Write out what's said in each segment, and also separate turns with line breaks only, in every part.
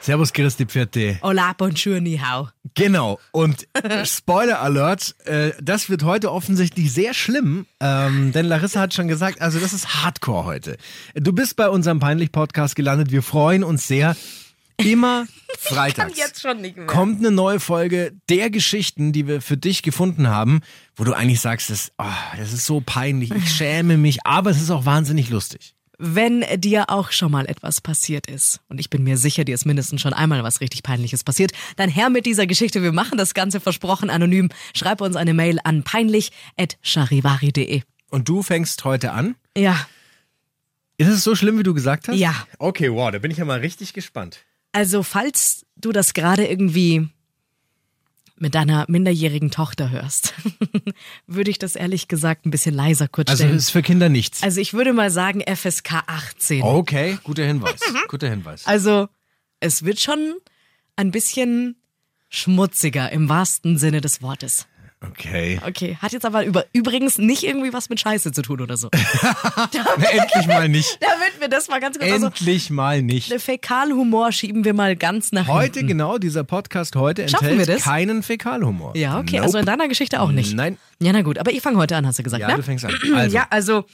Servus, grüß die Pferde.
Hola, bonjour, ni hao.
Genau. Und Spoiler Alert, äh, das wird heute offensichtlich sehr schlimm, ähm, denn Larissa hat schon gesagt, also das ist Hardcore heute. Du bist bei unserem Peinlich-Podcast gelandet. Wir freuen uns sehr. Immer freitags
Jetzt schon nicht mehr.
kommt eine neue Folge der Geschichten, die wir für dich gefunden haben, wo du eigentlich sagst, das, oh, das ist so peinlich, ich schäme mich, aber es ist auch wahnsinnig lustig.
Wenn dir auch schon mal etwas passiert ist, und ich bin mir sicher, dir ist mindestens schon einmal was richtig Peinliches passiert, dann her mit dieser Geschichte. Wir machen das Ganze versprochen anonym. Schreib uns eine Mail an peinlich.charivari.de.
Und du fängst heute an.
Ja,
Ist es so schlimm, wie du gesagt hast?
Ja.
Okay, wow, da bin ich ja mal richtig gespannt.
also falls du das gerade irgendwie mit deiner minderjährigen Tochter hörst, würde ich das ehrlich gesagt ein bisschen leiser kurz
Also
stellen.
ist für Kinder nichts.
also ich würde mal sagen FSK 18.
Okay, guter Hinweis. Guter Hinweis.
Mhm. Also, es wird schon ein bisschen schmutziger im wahrsten Sinne des Wortes.
Okay.
Okay, hat jetzt aber über, übrigens nicht irgendwie was mit Scheiße zu tun oder so.
Endlich mal nicht.
Damit wir das mal ganz kurz. Also,
Endlich mal nicht.
den Fäkalhumor schieben wir mal ganz nach hinten.
Heute genau, dieser Podcast heute
Mhm. Schaffen
enthält
wir das?
keinen Fäkalhumor.
Ja, okay,
Nope.
also in deiner Geschichte auch nicht.
Nein.
Ja, na gut, aber ich fange heute an, hast du gesagt,
Ja,
ne?
du fängst an. Also.
Also. Ja, also,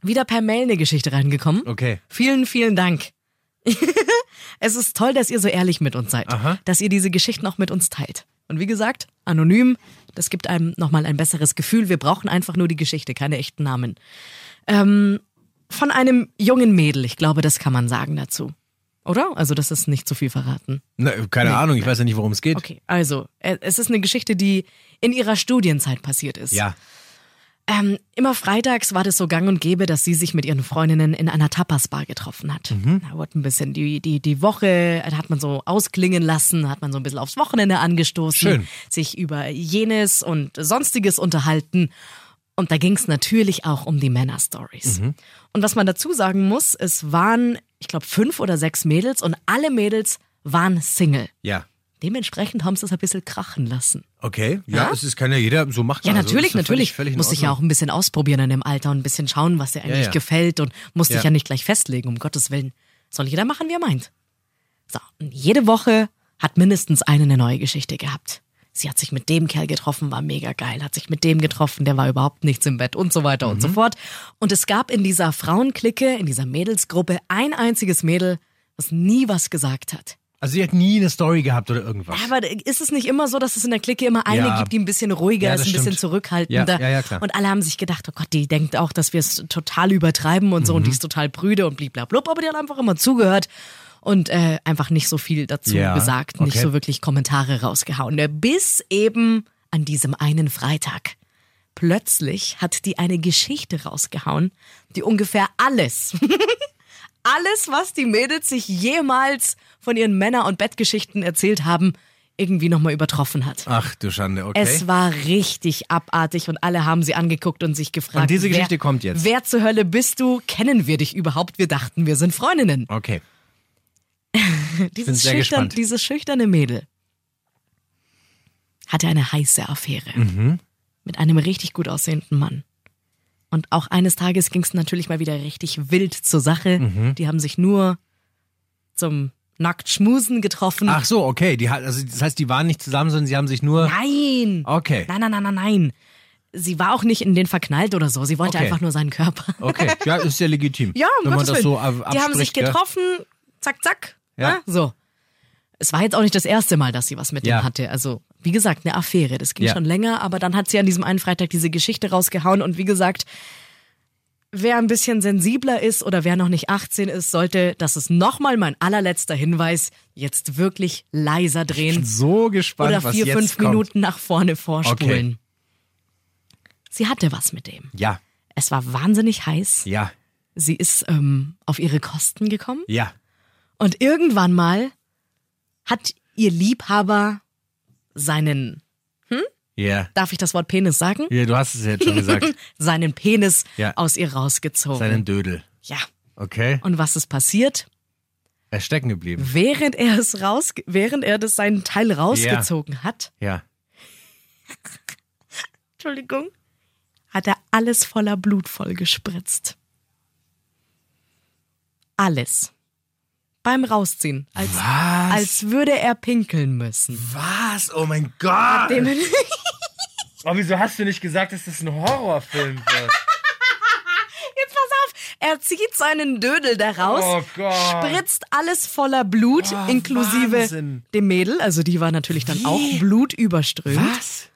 wieder per Mail eine Geschichte reingekommen.
Okay.
Vielen, vielen Dank. es ist toll, dass ihr so ehrlich mit uns seid,
Aha.
dass ihr diese Geschichten auch mit uns teilt. Und wie gesagt, anonym, das gibt einem nochmal ein besseres Gefühl. Wir brauchen einfach nur die Geschichte, keine echten Namen. Ähm, von einem jungen Mädel, ich glaube, das kann man sagen dazu. Oder? Also, das ist nicht zu viel verraten.
Na, keine Ahnung, ich weiß ja nicht, worum es geht.
Okay, also, äh, es ist eine Geschichte, die in ihrer Studienzeit passiert ist.
Ja.
Ähm, immer freitags war das so gang und gäbe, dass sie sich mit ihren Freundinnen in einer Tapas-Bar getroffen hat. Da wurde ein bisschen die, die, die Woche, da hat man so ausklingen lassen, hat man so ein bisschen aufs Wochenende angestoßen,
Schön.
sich über jenes und Sonstiges unterhalten. Und da ging es natürlich auch um die Männer-Stories. Und was man dazu sagen muss, es waren, ich glaube, fünf oder sechs Mädels und alle Mädels waren Single.
Ja.
Dementsprechend haben sie es ein bisschen krachen lassen.
Okay. Ja, es ist, kann ja jeder so machen.
Ja,
Also,
natürlich,
ist ja
natürlich.
Völlig, völlig in
muss ich ja auch
Ordnung.
ein bisschen ausprobieren in dem Alter und ein bisschen schauen, was dir eigentlich
ja.
gefällt und muss
Ja.
dich ja nicht gleich festlegen, um Gottes Willen. Soll jeder machen, wie er meint. So, und jede Woche hat mindestens eine eine neue Geschichte gehabt. Sie hat sich mit dem Kerl getroffen, war mega geil, hat sich mit dem getroffen, der war überhaupt nichts im Bett und so weiter und so
Mhm.
fort. Und es gab in dieser Frauenklicke, in dieser Mädelsgruppe ein einziges Mädel, was nie was gesagt hat.
Also, sie hat nie eine Story gehabt oder irgendwas.
Aber ist es nicht immer so, dass es in der Clique immer eine
Ja.
gibt, die ein bisschen ruhiger
Ja,
ist,
das
ein bisschen
stimmt.
zurückhaltender?
Ja, ja, ja, klar.
Und alle haben sich gedacht, oh Gott, die denkt auch, dass wir es total übertreiben und so
Mhm.
und die ist total prüde und bliblablub, aber die hat einfach immer zugehört und äh, einfach nicht so viel dazu
Ja,
gesagt, nicht
okay.
so wirklich Kommentare rausgehauen. Ne? Bis eben an diesem einen Freitag. Plötzlich hat die eine Geschichte rausgehauen, die ungefähr alles alles, was die Mädels sich jemals von ihren Männer- und Bettgeschichten erzählt haben, irgendwie nochmal übertroffen hat.
Ach du Schande, okay.
Es war richtig abartig und alle haben sie angeguckt und sich gefragt.
Und diese
wer-
Geschichte kommt jetzt.
Wer zur Hölle bist du? Kennen wir dich überhaupt? Wir dachten, wir sind Freundinnen.
okay.
Dieses,
sehr
schüchtern,
gespannt.
dieses schüchterne Mädel hatte eine heiße Affäre
Mhm.
mit einem richtig gut aussehenden Mann. Und auch eines Tages ging es natürlich mal wieder richtig wild zur Sache.
Mhm.
Die haben sich nur zum Nacktschmusen getroffen.
Ach so, okay. Die hat, also, das heißt, die waren nicht zusammen, sondern sie haben sich nur.
Nein!
Okay.
Nein, nein, nein, nein, nein. Sie war auch nicht in den verknallt oder so. Sie wollte
Okay.
einfach nur seinen Körper.
Okay. Ja, ist ja legitim.
Ja, um
Wenn man
Gottes
das
Willen.
so ab
Die haben sich
abspricht, gell?
getroffen, zack, zack.
Ja.
ne? So. Es war jetzt auch nicht das erste Mal, dass sie was mit
Ja.
ihm hatte. Also, wie gesagt, eine Affäre. Das ging
Ja.
schon länger, aber dann hat sie an diesem einen Freitag diese Geschichte rausgehauen und wie gesagt, wer ein bisschen sensibler ist oder wer noch nicht 18 ist, sollte, das ist nochmal mein allerletzter Hinweis, jetzt wirklich leiser drehen
So gespannt,
oder
was
vier,
jetzt
fünf
kommt.
Minuten nach vorne vorspulen. Sie hatte was mit dem.
Ja,
Es war wahnsinnig heiß.
ja,
Sie ist ähm, auf ihre Kosten gekommen.
ja.
Und irgendwann mal hat ihr Liebhaber seinen,
Ja.
darf ich das Wort Penis sagen?
Ja, du hast es ja jetzt schon gesagt.
Seinen Penis
Ja.
aus ihr rausgezogen.
Seinen Dödel.
ja.
Okay.
Und was ist passiert?
Er ist stecken geblieben.
Während er es raus, während er das seinen Teil rausgezogen hat,
Ja.
Entschuldigung, hat er alles voller Blut voll gespritzt. Alles. Beim Rausziehen. Als,
Was?
als würde er pinkeln müssen.
Was? Oh mein Gott!
Dem,
Oh, wieso hast du nicht gesagt, dass das ein Horrorfilm wird?
Jetzt pass auf, er zieht seinen Dödel da raus,
Oh Gott. Ah,
spritzt alles voller Blut, inklusive
Wahnsinn.
dem Mädel. Also die war natürlich dann auch blutüberströmt.
Was?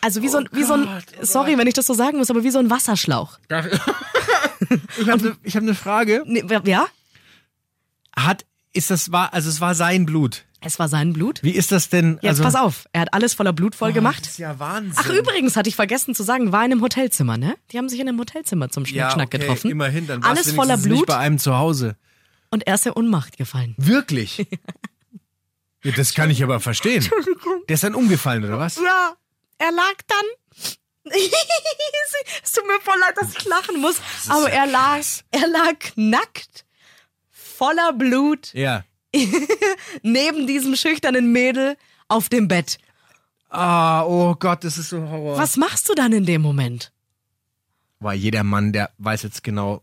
Also wie so ein,
Oh
wie so ein, sorry, wenn ich das so sagen muss, aber wie so ein Wasserschlauch.
Darf- ich habe eine hab ne Frage.
Nee, wa- ja,
Hat, ist das, war, also es war sein Blut.
es war sein Blut.
Wie ist das denn?
Jetzt
also,
pass auf, er hat alles voller Blut voll
Das ist
gemacht.
ja Wahnsinn.
Ach übrigens, hatte ich vergessen zu sagen, war in einem Hotelzimmer, ne? Die haben sich in einem Hotelzimmer zum
ja,
Schnickschnack
okay,
getroffen.
Immerhin, dann war's
alles
wenigstens
voller
nicht
Blut
bei einem zu Hause.
und er ist der Unmacht gefallen.
Wirklich? ja, das kann ich aber verstehen. Der ist dann umgefallen, oder was?
Ja, er lag dann. es tut mir voll leid, dass ich lachen muss. Aber er lag, er lag nackt, voller Blut,
Ja.
neben diesem schüchternen Mädel auf dem Bett.
Ah, oh Gott, das ist so Horror.
Was machst du dann in dem Moment?
Weil jeder Mann, der weiß jetzt genau,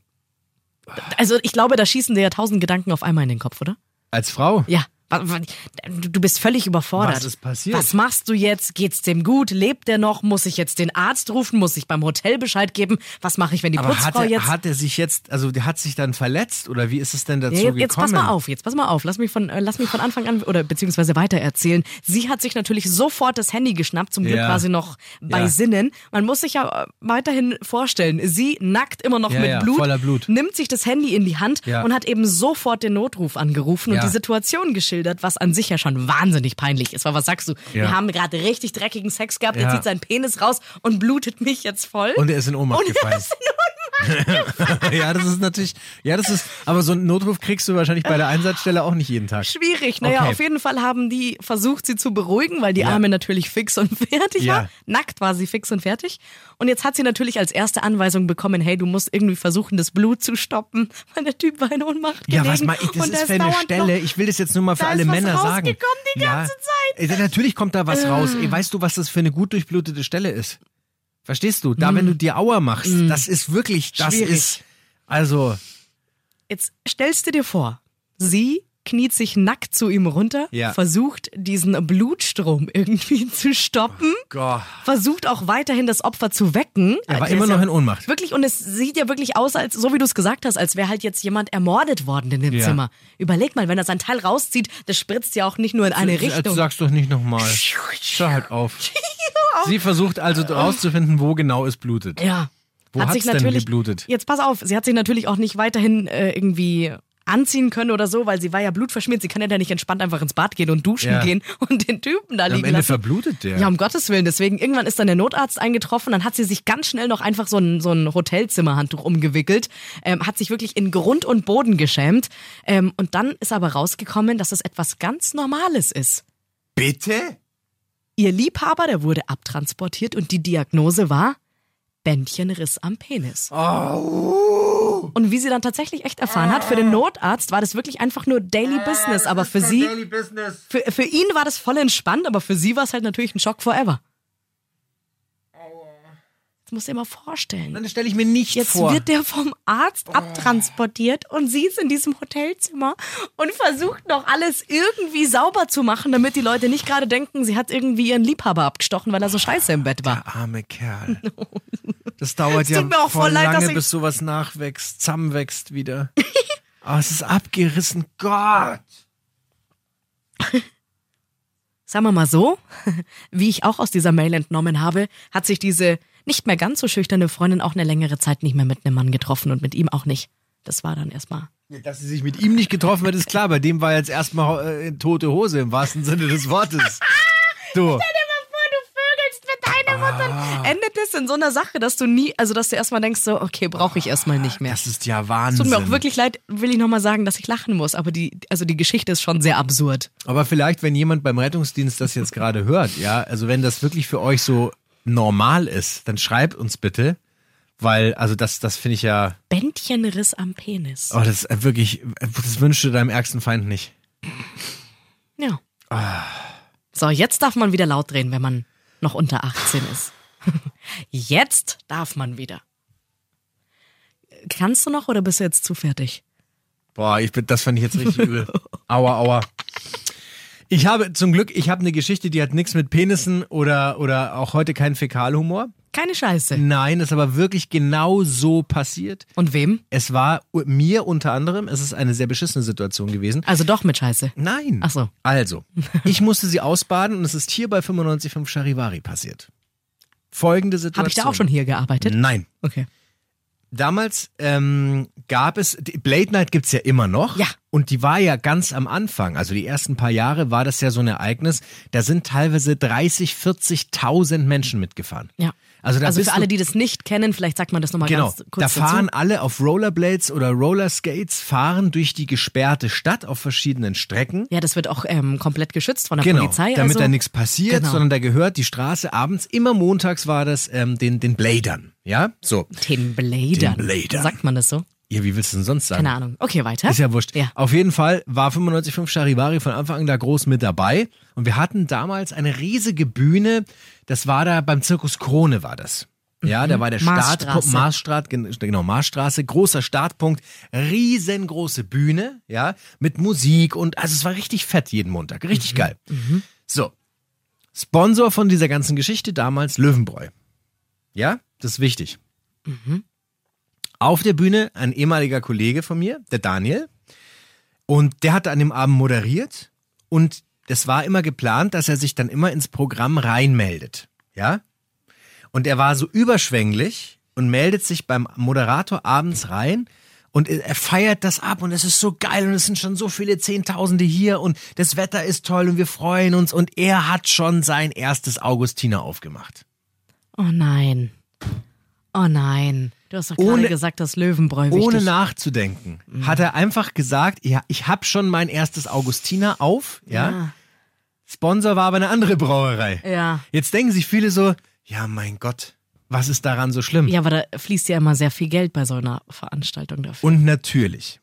Also, ich glaube, da schießen dir ja tausend Gedanken auf einmal in den Kopf, oder?
als Frau.
Ja. Wa- wa- Du du bist völlig überfordert.
Was ist passiert?
Was machst du jetzt? Geht's dem gut? Lebt der noch? Muss ich jetzt den Arzt rufen? Muss ich beim Hotel Bescheid geben? Was mache ich, wenn die
Aber hat
Putzfrau
er,
jetzt?
hat er sich jetzt, also der hat sich dann verletzt oder wie ist es denn dazu
Ja, jetzt,
gekommen?
jetzt pass mal auf, jetzt pass mal auf. Lass mich von, äh, lass mich von Anfang an oder beziehungsweise weiter erzählen. Sie hat sich natürlich sofort das Handy geschnappt, zum Glück
Ja.
war sie noch bei
Ja.
Sinnen. Man muss sich ja äh, weiterhin vorstellen, sie nackt immer noch
Ja,
mit
ja,
Blut,
voller Blut.
nimmt sich das Handy in die Hand
Ja.
und hat eben sofort den Notruf angerufen
Ja.
und die Situation geschildert, was an sich ja schon wahnsinnig peinlich ist. Weil was sagst du? Wir
Ja.
haben gerade richtig dreckigen Sex gehabt,
Ja.
jetzt zieht sein Penis raus und blutet mich jetzt voll.
Und er ist in Ohnmacht
Und er
gefallen.
ist in Ohnmacht gefallen.
ja, das ist natürlich, ja, das ist, aber so einen Notruf kriegst du wahrscheinlich bei der Einsatzstelle auch nicht jeden Tag.
Schwierig. Naja,
Okay.
auf jeden Fall haben die versucht, sie zu beruhigen, weil die Arme natürlich fix und fertig
Ja.
war. Nackt war sie fix und fertig. Und jetzt hat sie natürlich als erste Anweisung bekommen, hey, du musst irgendwie versuchen, das Blut zu stoppen, weil der Typ war in Ohnmacht
Ja,
gelegen.
was mal, ich, das
und
ist
der
für eine
dauernd
Stelle.
Noch,
Ich will das jetzt nur mal für
Da
alle
ist was
Männer sagen.
rausgekommen die ganze Zeit. Ah.
Äh, Natürlich kommt da was raus. Ey, weißt du, was das für eine gut durchblutete Stelle ist? Verstehst du? Da, wenn du dir Auer machst, das ist wirklich, das
Hm. Schwierig.
ist, also,
jetzt stellst du dir vor, sie kniet sich nackt zu ihm runter,
Ja.
versucht, diesen Blutstrom irgendwie zu stoppen.
Gott.
versucht auch weiterhin das Opfer zu wecken.
Er war
Der
immer
Also, ist
noch
ja
in Ohnmacht.
Wirklich, und es sieht ja wirklich aus, als so wie du es gesagt hast, als wäre halt jetzt jemand ermordet worden in dem
Ja.
Zimmer. Überleg mal, wenn er sein Teil rauszieht, das spritzt ja auch nicht nur in eine
Du
Richtung.
sagst äh, doch nicht nochmal. Schau halt auf. Sie versucht also herauszufinden, wo genau es blutet.
ja.
Wo
hat
hat's
sich
denn
natürlich,
geblutet?
Jetzt pass auf, sie hat sich natürlich auch nicht weiterhin äh, irgendwie anziehen können oder so, weil sie war ja blutverschmiert. Sie kann ja da nicht entspannt einfach ins Bad gehen und duschen
Ja.
gehen und den Typen da
Am
liegen
Ende
lassen.
verblutet der.
Ja, um Gottes Willen. Deswegen, irgendwann ist dann der Notarzt eingetroffen, dann hat sie sich ganz schnell noch einfach so ein, so ein Hotelzimmerhandtuch umgewickelt, ähm, hat sich wirklich in Grund und Boden geschämt. Ähm, und dann ist aber rausgekommen, dass es etwas ganz Normales ist.
Bitte?
Ihr Liebhaber, der wurde abtransportiert und die Diagnose war Bändchenriss am Penis.
Oh.
Und wie sie dann tatsächlich echt erfahren hat, für den Notarzt war das wirklich einfach nur Daily Business, aber für sie, für, für ihn war das voll entspannt, aber für sie war es halt natürlich ein Schock forever. Das musst du dir mal vorstellen.
Dann stelle ich mir nicht
Jetzt
vor. Oh.
wird der vom Arzt abtransportiert und sie ist in diesem Hotelzimmer und versucht noch alles irgendwie sauber zu machen, damit die Leute nicht gerade denken, sie hat irgendwie ihren Liebhaber abgestochen, weil er so scheiße im Bett war.
Ah, Arme Kerl. Das dauert ja
tut mir auch voll
voll
leid,
lange,
dass ich-
bis sowas nachwächst, zusammenwächst wieder. Ah, es ist abgerissen. Gott.
Sagen wir mal so, wie ich auch aus dieser Mail entnommen habe, hat sich diese nicht mehr ganz so schüchterne Freundin auch eine längere Zeit nicht mehr mit einem Mann getroffen und mit ihm auch nicht. Das war dann erstmal.
Dass sie sich mit ihm nicht getroffen hat, ist klar. Bei dem war jetzt erstmal äh, tote Hose im wahrsten Sinne des Wortes. Du.
Du vögelst mit deinem und dann
Ah.
endet es in so einer Sache, dass du nie, also dass du erstmal denkst, so, okay, brauche ich erstmal nicht mehr.
Das ist ja Wahnsinn.
Tut mir auch wirklich leid, will ich nochmal sagen, dass ich lachen muss, aber die, also die Geschichte ist schon sehr absurd.
Aber vielleicht, wenn jemand beim Rettungsdienst das jetzt gerade hört, ja, also wenn das wirklich für euch so normal ist, dann schreibt uns bitte, weil, also das, das finde ich ja,
Bändchenriss am Penis.
oh, das ist wirklich, das wünschst du deinem ärgsten Feind nicht.
Ja.
Ah.
So, jetzt darf man wieder laut drehen, wenn man noch unter 18 ist. Jetzt darf man wieder. Kannst du noch oder bist du jetzt zu fertig?
Boah, ich bin, das fand ich jetzt richtig übel. Aua, aua. Ich habe zum Glück, ich habe eine Geschichte, die hat nichts mit Penissen oder, oder auch heute keinen Fäkalhumor.
Keine Scheiße.
Nein, das ist aber wirklich genau so passiert.
Und wem?
Es war u- mir unter anderem, es ist eine sehr beschissene Situation gewesen.
Also doch mit Scheiße.
Nein.
Ach so.
Also, ich musste sie ausbaden und es ist hier bei 95.5 Charivari passiert. Folgende Situation.
Habe ich da auch schon hier gearbeitet?
Nein.
Okay.
Damals ähm, gab es, die Blade Night gibt's ja immer noch.
Ja.
Und die war ja ganz am Anfang. Also die ersten paar Jahre war das ja so ein Ereignis. Da sind teilweise 30, 40.000 Menschen mitgefahren.
Ja.
Also da
also
bist
für alle,
du-
die das nicht kennen, vielleicht sagt man das nochmal
Genau,
ganz
da
kurz
fahren
dazu.
alle auf Rollerblades oder Rollerskates, fahren durch die gesperrte Stadt auf verschiedenen Strecken.
Ja, das wird auch ähm, komplett geschützt von der
Genau,
Polizei.
damit
also,
da nichts passiert,
Genau.
sondern da gehört die Straße abends, immer montags war das, ähm, den, den Bladern. Ja, so.
Den Bladern.
Den Bladern.
Sagt man das so?
Ja, wie willst du denn sonst sagen?
Keine Ahnung. Okay, weiter.
Ist ja wurscht.
Ja.
Auf jeden Fall war 95.5 Charivari von Anfang an da groß mit dabei. Und wir hatten damals eine riesige Bühne. Das war da beim Zirkus Krone war das. Ja, da war der
Marsstraße.
Startpunkt, Marsstraße, genau, Marsstraße, großer Startpunkt, riesengroße Bühne, ja, mit Musik und, also es war richtig fett jeden Montag, richtig geil. So, Sponsor von dieser ganzen Geschichte damals Löwenbräu. Ja, das ist wichtig. Auf der Bühne ein ehemaliger Kollege von mir, der Daniel. Und der hatte an dem Abend moderiert. Und es war immer geplant, dass er sich dann immer ins Programm reinmeldet. Ja? Und er war so überschwänglich und meldet sich beim Moderator abends rein. Und er feiert das ab und es ist so geil und es sind schon so viele Zehntausende hier und das Wetter ist toll und wir freuen uns und er hat schon sein erstes Augustiner aufgemacht.
Oh nein. Oh nein. Du hast doch gerade
Ohne-
gesagt, dass Löwenbräu wichtig
Ohne nachzudenken hat er einfach gesagt, ja, ich habe schon mein erstes Augustiner auf, ja. Sponsor war aber eine andere Brauerei.
Ja.
Jetzt denken sich viele so, ja, mein Gott, was ist daran so schlimm?
Ja, aber da fließt ja immer sehr viel Geld bei so einer Veranstaltung dafür.
Und natürlich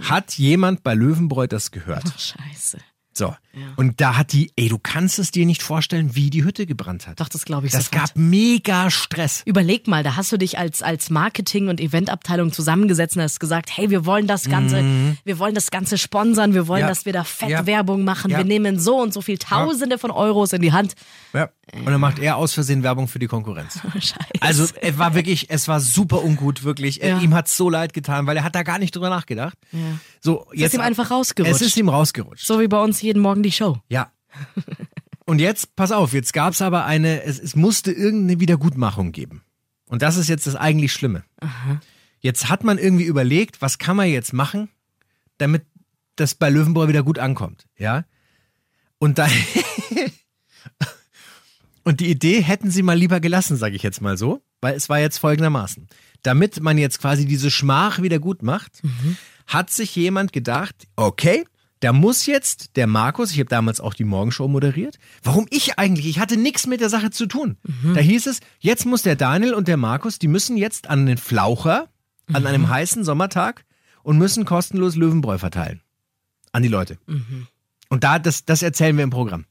hat jemand bei Löwenbräu das gehört.
Ach, scheiße.
So. Und da hat die, ey, du kannst es dir nicht vorstellen, wie die Hütte gebrannt hat.
Doch, das glaube ich
Das
sofort.
gab mega Stress.
Überleg mal, da hast du dich als, als Marketing- und Eventabteilung zusammengesetzt und hast gesagt, hey, wir wollen das Ganze, wir wollen das Ganze sponsern, wir wollen,
Mhm. Ja.
dass wir da fett
Ja.
Werbung machen,
Ja.
wir nehmen so und so viel Tausende von Euros in die Hand.
Ja. Und dann macht er aus Versehen Werbung für die Konkurrenz.
Scheiße.
Also es war wirklich, es war super ungut, wirklich. Äh,
Ja.
Ihm hat's so leid getan, weil er hat da gar nicht drüber nachgedacht. So,
ist
jetzt,
ihm einfach rausgerutscht.
Es ist ihm rausgerutscht.
so wie bei uns jeden Morgen die Show.
Ja. Und jetzt, pass auf, jetzt gab's aber eine, es, es musste irgendeine Wiedergutmachung geben. Und das ist jetzt das eigentlich Schlimme. Jetzt hat man irgendwie überlegt, was kann man jetzt machen, damit das bei Löwenbräu wieder gut ankommt. Ja. Und da. Und die Idee hätten sie mal lieber gelassen, sage ich jetzt mal so, weil es war jetzt folgendermaßen. Damit man jetzt quasi diese Schmach wieder gut macht, hat sich jemand gedacht, okay, da muss jetzt der Markus, ich habe damals auch die Morgenshow moderiert, warum ich eigentlich, ich hatte nichts mit der Sache zu tun. Da hieß es, jetzt muss der Daniel und der Markus, die müssen jetzt an den Flaucher, an einem heißen Sommertag und müssen kostenlos Löwenbräu verteilen. An die Leute. Und da, das, das erzählen wir im Programm.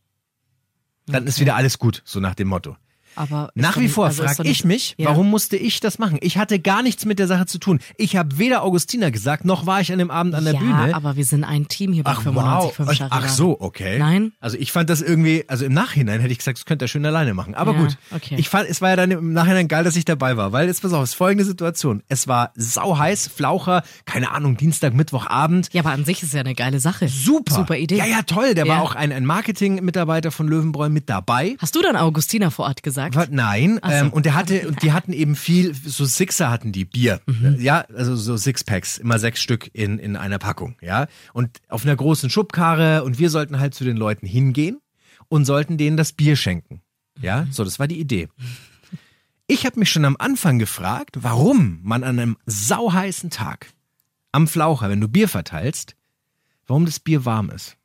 Dann ist wieder alles gut, so nach dem Motto.
Aber ist
Nach
doch
wie
nicht-
vor
also ist doch
frage
nicht-
ich mich,
Ja.
warum musste ich das machen? Ich hatte gar nichts mit der Sache zu tun. Ich habe weder Augustiner gesagt, noch war ich an dem Abend an der
ja,
Bühne.
aber wir sind ein Team hier bei
Ach
95
wow, ach, ach so, okay.
Nein.
Also ich fand das irgendwie, also im Nachhinein hätte ich gesagt, das könnte er schön alleine machen. Aber
Ja,
gut,
okay.
ich fand, es war ja dann im Nachhinein geil, dass ich dabei war. Weil jetzt pass auf, es ist folgende Situation. Es war sauheiß, Flaucher, keine Ahnung, Dienstag, Mittwochabend.
Ja, aber an sich ist ja eine geile Sache.
Super.
Super Idee.
Ja, ja, toll. Der
Ja.
war auch ein, ein Marketing-Mitarbeiter von Löwenbräu mit dabei.
Hast du dann Augustiner vor Ort gesagt?
Wa- Nein,
so. Mhm.
ähm, und der hatte, und die hatten eben viel, so Sixer hatten die, Bier. Ja, also so Sixpacks, immer sechs Stück in, in einer Packung, ja. Und auf einer großen Schubkarre und wir sollten halt zu den Leuten hingehen und sollten denen das Bier schenken.
Mhm.
Ja, so, das war die Idee. Ich habe mich schon am Anfang gefragt, warum man an einem sauheißen Tag am Flaucher, wenn du Bier verteilst, warum das Bier warm ist.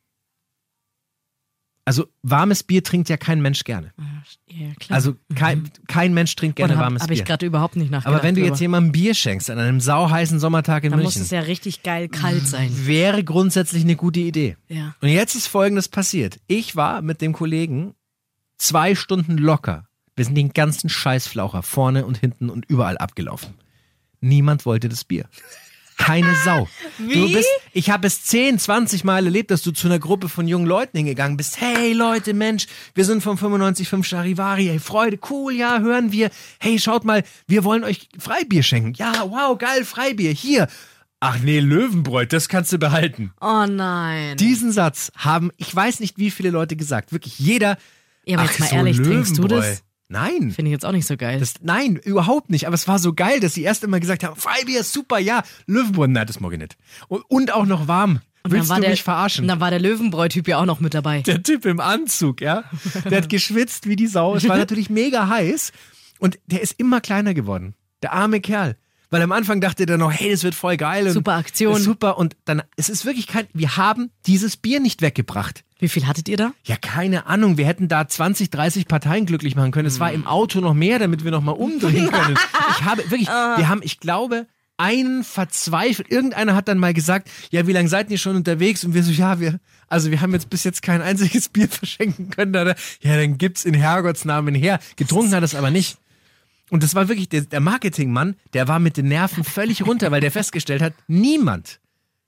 Also warmes Bier trinkt ja kein Mensch gerne.
Ja, klar. Mhm.
Also kein, kein Mensch trinkt gerne
Oder hab-
warmes
hab ich
Bier.
gerade überhaupt nicht nachgedacht.
Aber wenn du
drüber.
jetzt jemandem Bier schenkst an einem sauheißen Sommertag in
Dann muss
München,
es ja richtig geil kalt sein.
wäre grundsätzlich eine gute Idee.
Ja.
Und jetzt ist Folgendes passiert. Ich war mit dem Kollegen zwei Stunden locker. Wir sind den ganzen Scheißflaucher vorne und hinten und überall abgelaufen. Niemand wollte das Bier. Keine Sau. Du bist, ich habe es 10, 20 Mal erlebt, dass du zu einer Gruppe von jungen Leuten hingegangen bist. Hey Leute, Mensch, wir sind vom 95.5 Charivari. Hey Freude, cool, ja, hören wir. Hey, schaut mal, wir wollen euch Freibier schenken. Ja, wow, geil, Freibier, hier. Ach nee, Löwenbräu, das kannst du behalten.
Oh nein.
Diesen Satz haben, ich weiß nicht, wie viele Leute gesagt. Wirklich jeder.
ja, aber
ach,
jetzt mal
so
ehrlich, trinkst du
Löwenbräu.
das?
Nein.
Finde ich jetzt auch nicht so geil.
Das, nein, überhaupt nicht. Aber es war so geil, dass sie erst immer gesagt haben: Freibier, super, ja. Löwenbräu, nein, das mag ich nicht. Und, und auch noch warm.
Und dann
Willst
war
du
der,
mich verarschen?
und Dann war der Löwenbräu-Typ ja auch noch mit dabei.
der Typ im Anzug, ja. Der hat geschwitzt wie die Sau. Es war natürlich mega heiß. Und der ist immer kleiner geworden. Der arme Kerl. Weil am Anfang dachte der noch, hey, das wird voll geil. Und
Super Aktion.
Super. Und dann, es ist wirklich kein, wir haben dieses Bier nicht weggebracht.
Wie viel hattet ihr da?
Ja, keine Ahnung. Wir hätten da 20, 30 Parteien glücklich machen können. Es war
Hm.
im Auto noch mehr, damit wir nochmal umdrehen können. Ich habe wirklich,
Ah.
wir haben, ich glaube, einen verzweifelt. Irgendeiner hat dann mal gesagt, ja, wie lange seid ihr schon unterwegs? Und wir so, ja, wir, also wir haben jetzt bis jetzt kein einziges Bier verschenken können. Da, hat er, ja, dann gibt's in Herrgotts Namen her. Getrunken hat es aber nicht. Und das war wirklich, der, der Marketingmann, der war mit den Nerven völlig runter, weil der festgestellt hat, niemand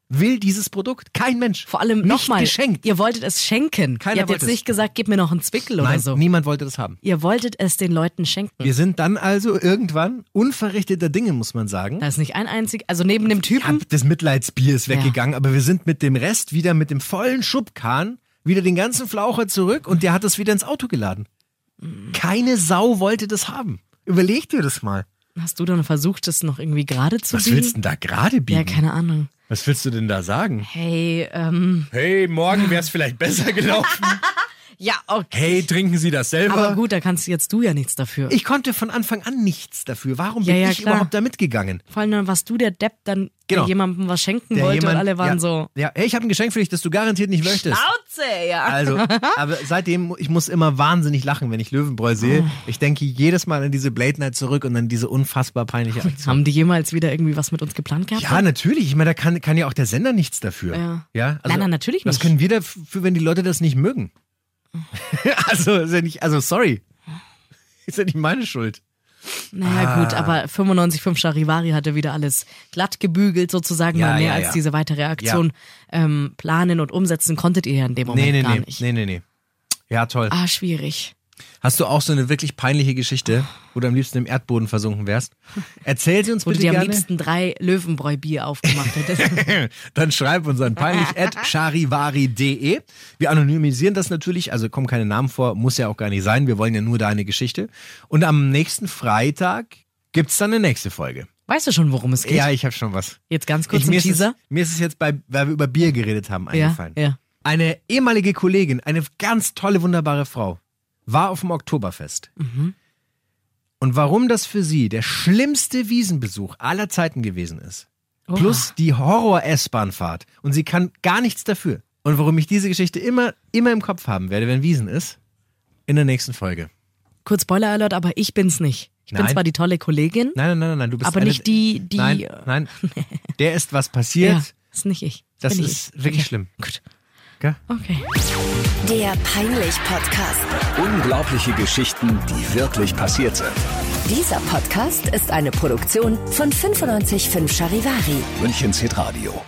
will dieses Produkt. Kein Mensch.
Vor allem
nicht
nochmal.
geschenkt.
Ihr wolltet es schenken.
Keiner
ihr habt jetzt
wollte es.
nicht gesagt, gib mir noch einen Zwickel
Nein,
oder so.
niemand wollte das haben.
Ihr wolltet es den Leuten schenken.
Wir sind dann also irgendwann unverrichteter Dinge, muss man sagen.
Da ist nicht ein einzig, also neben dem
Ja,
Typen.
das Mitleidsbier ist weggegangen, aber wir sind mit dem Rest wieder mit dem vollen Schubkahn wieder den ganzen Flaucher zurück und der hat es wieder ins Auto geladen.
Mhm.
Keine Sau wollte das haben. Überleg dir das mal.
Hast du dann versucht, das noch irgendwie gerade zu
Was
biegen?
willst du denn da gerade
ja,
biegen?
keine Ahnung.
Was willst du denn da sagen?
Hey, ähm,
Hey, morgen wäre es vielleicht besser gelaufen.
ja, okay.
Hey, trinken Sie das selber?
Aber gut, da kannst jetzt du ja nichts dafür.
Ich konnte von Anfang an nichts dafür. Warum
Ja,
bin
ja,
ich
klar.
überhaupt da mitgegangen?
Vor allem dann warst du der Depp, dann der
Genau.
jemandem was schenken
Der
wollte
jemand-
und alle waren
ja,
so.
Ja, hey, ich habe ein Geschenk für dich, das du garantiert nicht möchtest.
Auze, ja.
Also, aber seitdem, mu- ich muss immer wahnsinnig lachen, wenn ich Löwenbräu
Ah.
sehe. Ich denke jedes Mal an diese Blade Night zurück und an diese unfassbar peinliche Aktion.
Haben die jemals wieder irgendwie was mit uns geplant gehabt?
Ja, natürlich. Ich meine, da kann, kann ja auch der Sender nichts dafür.
Ja.
also,
Nein, nein, natürlich
Was
nicht.
können wir dafür, wenn die Leute das nicht mögen? also, ist ja nicht, also sorry. Ist ja nicht meine Schuld.
Naja,
ah.
gut, aber 95,5 Charivari hatte wieder alles glatt gebügelt, sozusagen,
Ja,
weil mehr
ja,
als
ja.
diese weitere Aktion ähm, planen und umsetzen konntet ihr ja in dem Moment
Nee, nee,
Oh gar
nee.
nicht.
Nee, nee, nee. Ja, toll.
Ah, schwierig.
Hast du auch so eine wirklich peinliche Geschichte, wo du am liebsten im Erdboden versunken wärst? Erzähl sie uns
Wo du
bitte
dir am
gerne.
liebsten drei Löwenbräu-Bier aufgemacht hättest.
dann schreib uns an peinlich.charivari.de. Wir anonymisieren das natürlich, also kommen keine Namen vor, muss ja auch gar nicht sein. Wir wollen ja nur deine Geschichte. Und am nächsten Freitag gibt's dann eine nächste Folge.
weißt du schon, worum es geht?
Ja, ich habe schon was.
Jetzt ganz kurz
ich,
ein
mir, ist es,
Teaser.
mir ist es jetzt, bei, weil wir über Bier geredet haben,
Ja,
eingefallen.
ja.
Eine ehemalige Kollegin, eine ganz tolle, wunderbare Frau, war auf dem Oktoberfest.
Mhm.
Und warum das für sie der schlimmste Wiesenbesuch aller Zeiten gewesen ist,
Oha.
plus die Horror-S-Bahn-Fahrt. Und sie kann gar nichts dafür. Und warum ich diese Geschichte immer, immer im Kopf haben werde, wenn Wiesen ist, in der nächsten Folge.
Kurz Spoiler-Alert, aber ich bin's nicht. Ich
Nein.
bin zwar die tolle Kollegin,
Nein, nein, nein, nein, nein du bist
aber
eine,
nicht die, die...
Nein, nein, der ist was passiert.
ja, ist nicht ich.
Das
bin ich.
ist wirklich schlimm.
Gut,
Gell?
okay.
Der Peinlich-Podcast.
Unglaubliche Geschichten, die wirklich passiert sind.
Dieser Podcast ist eine Produktion von 955 Charivari.
Münchens Hitradio.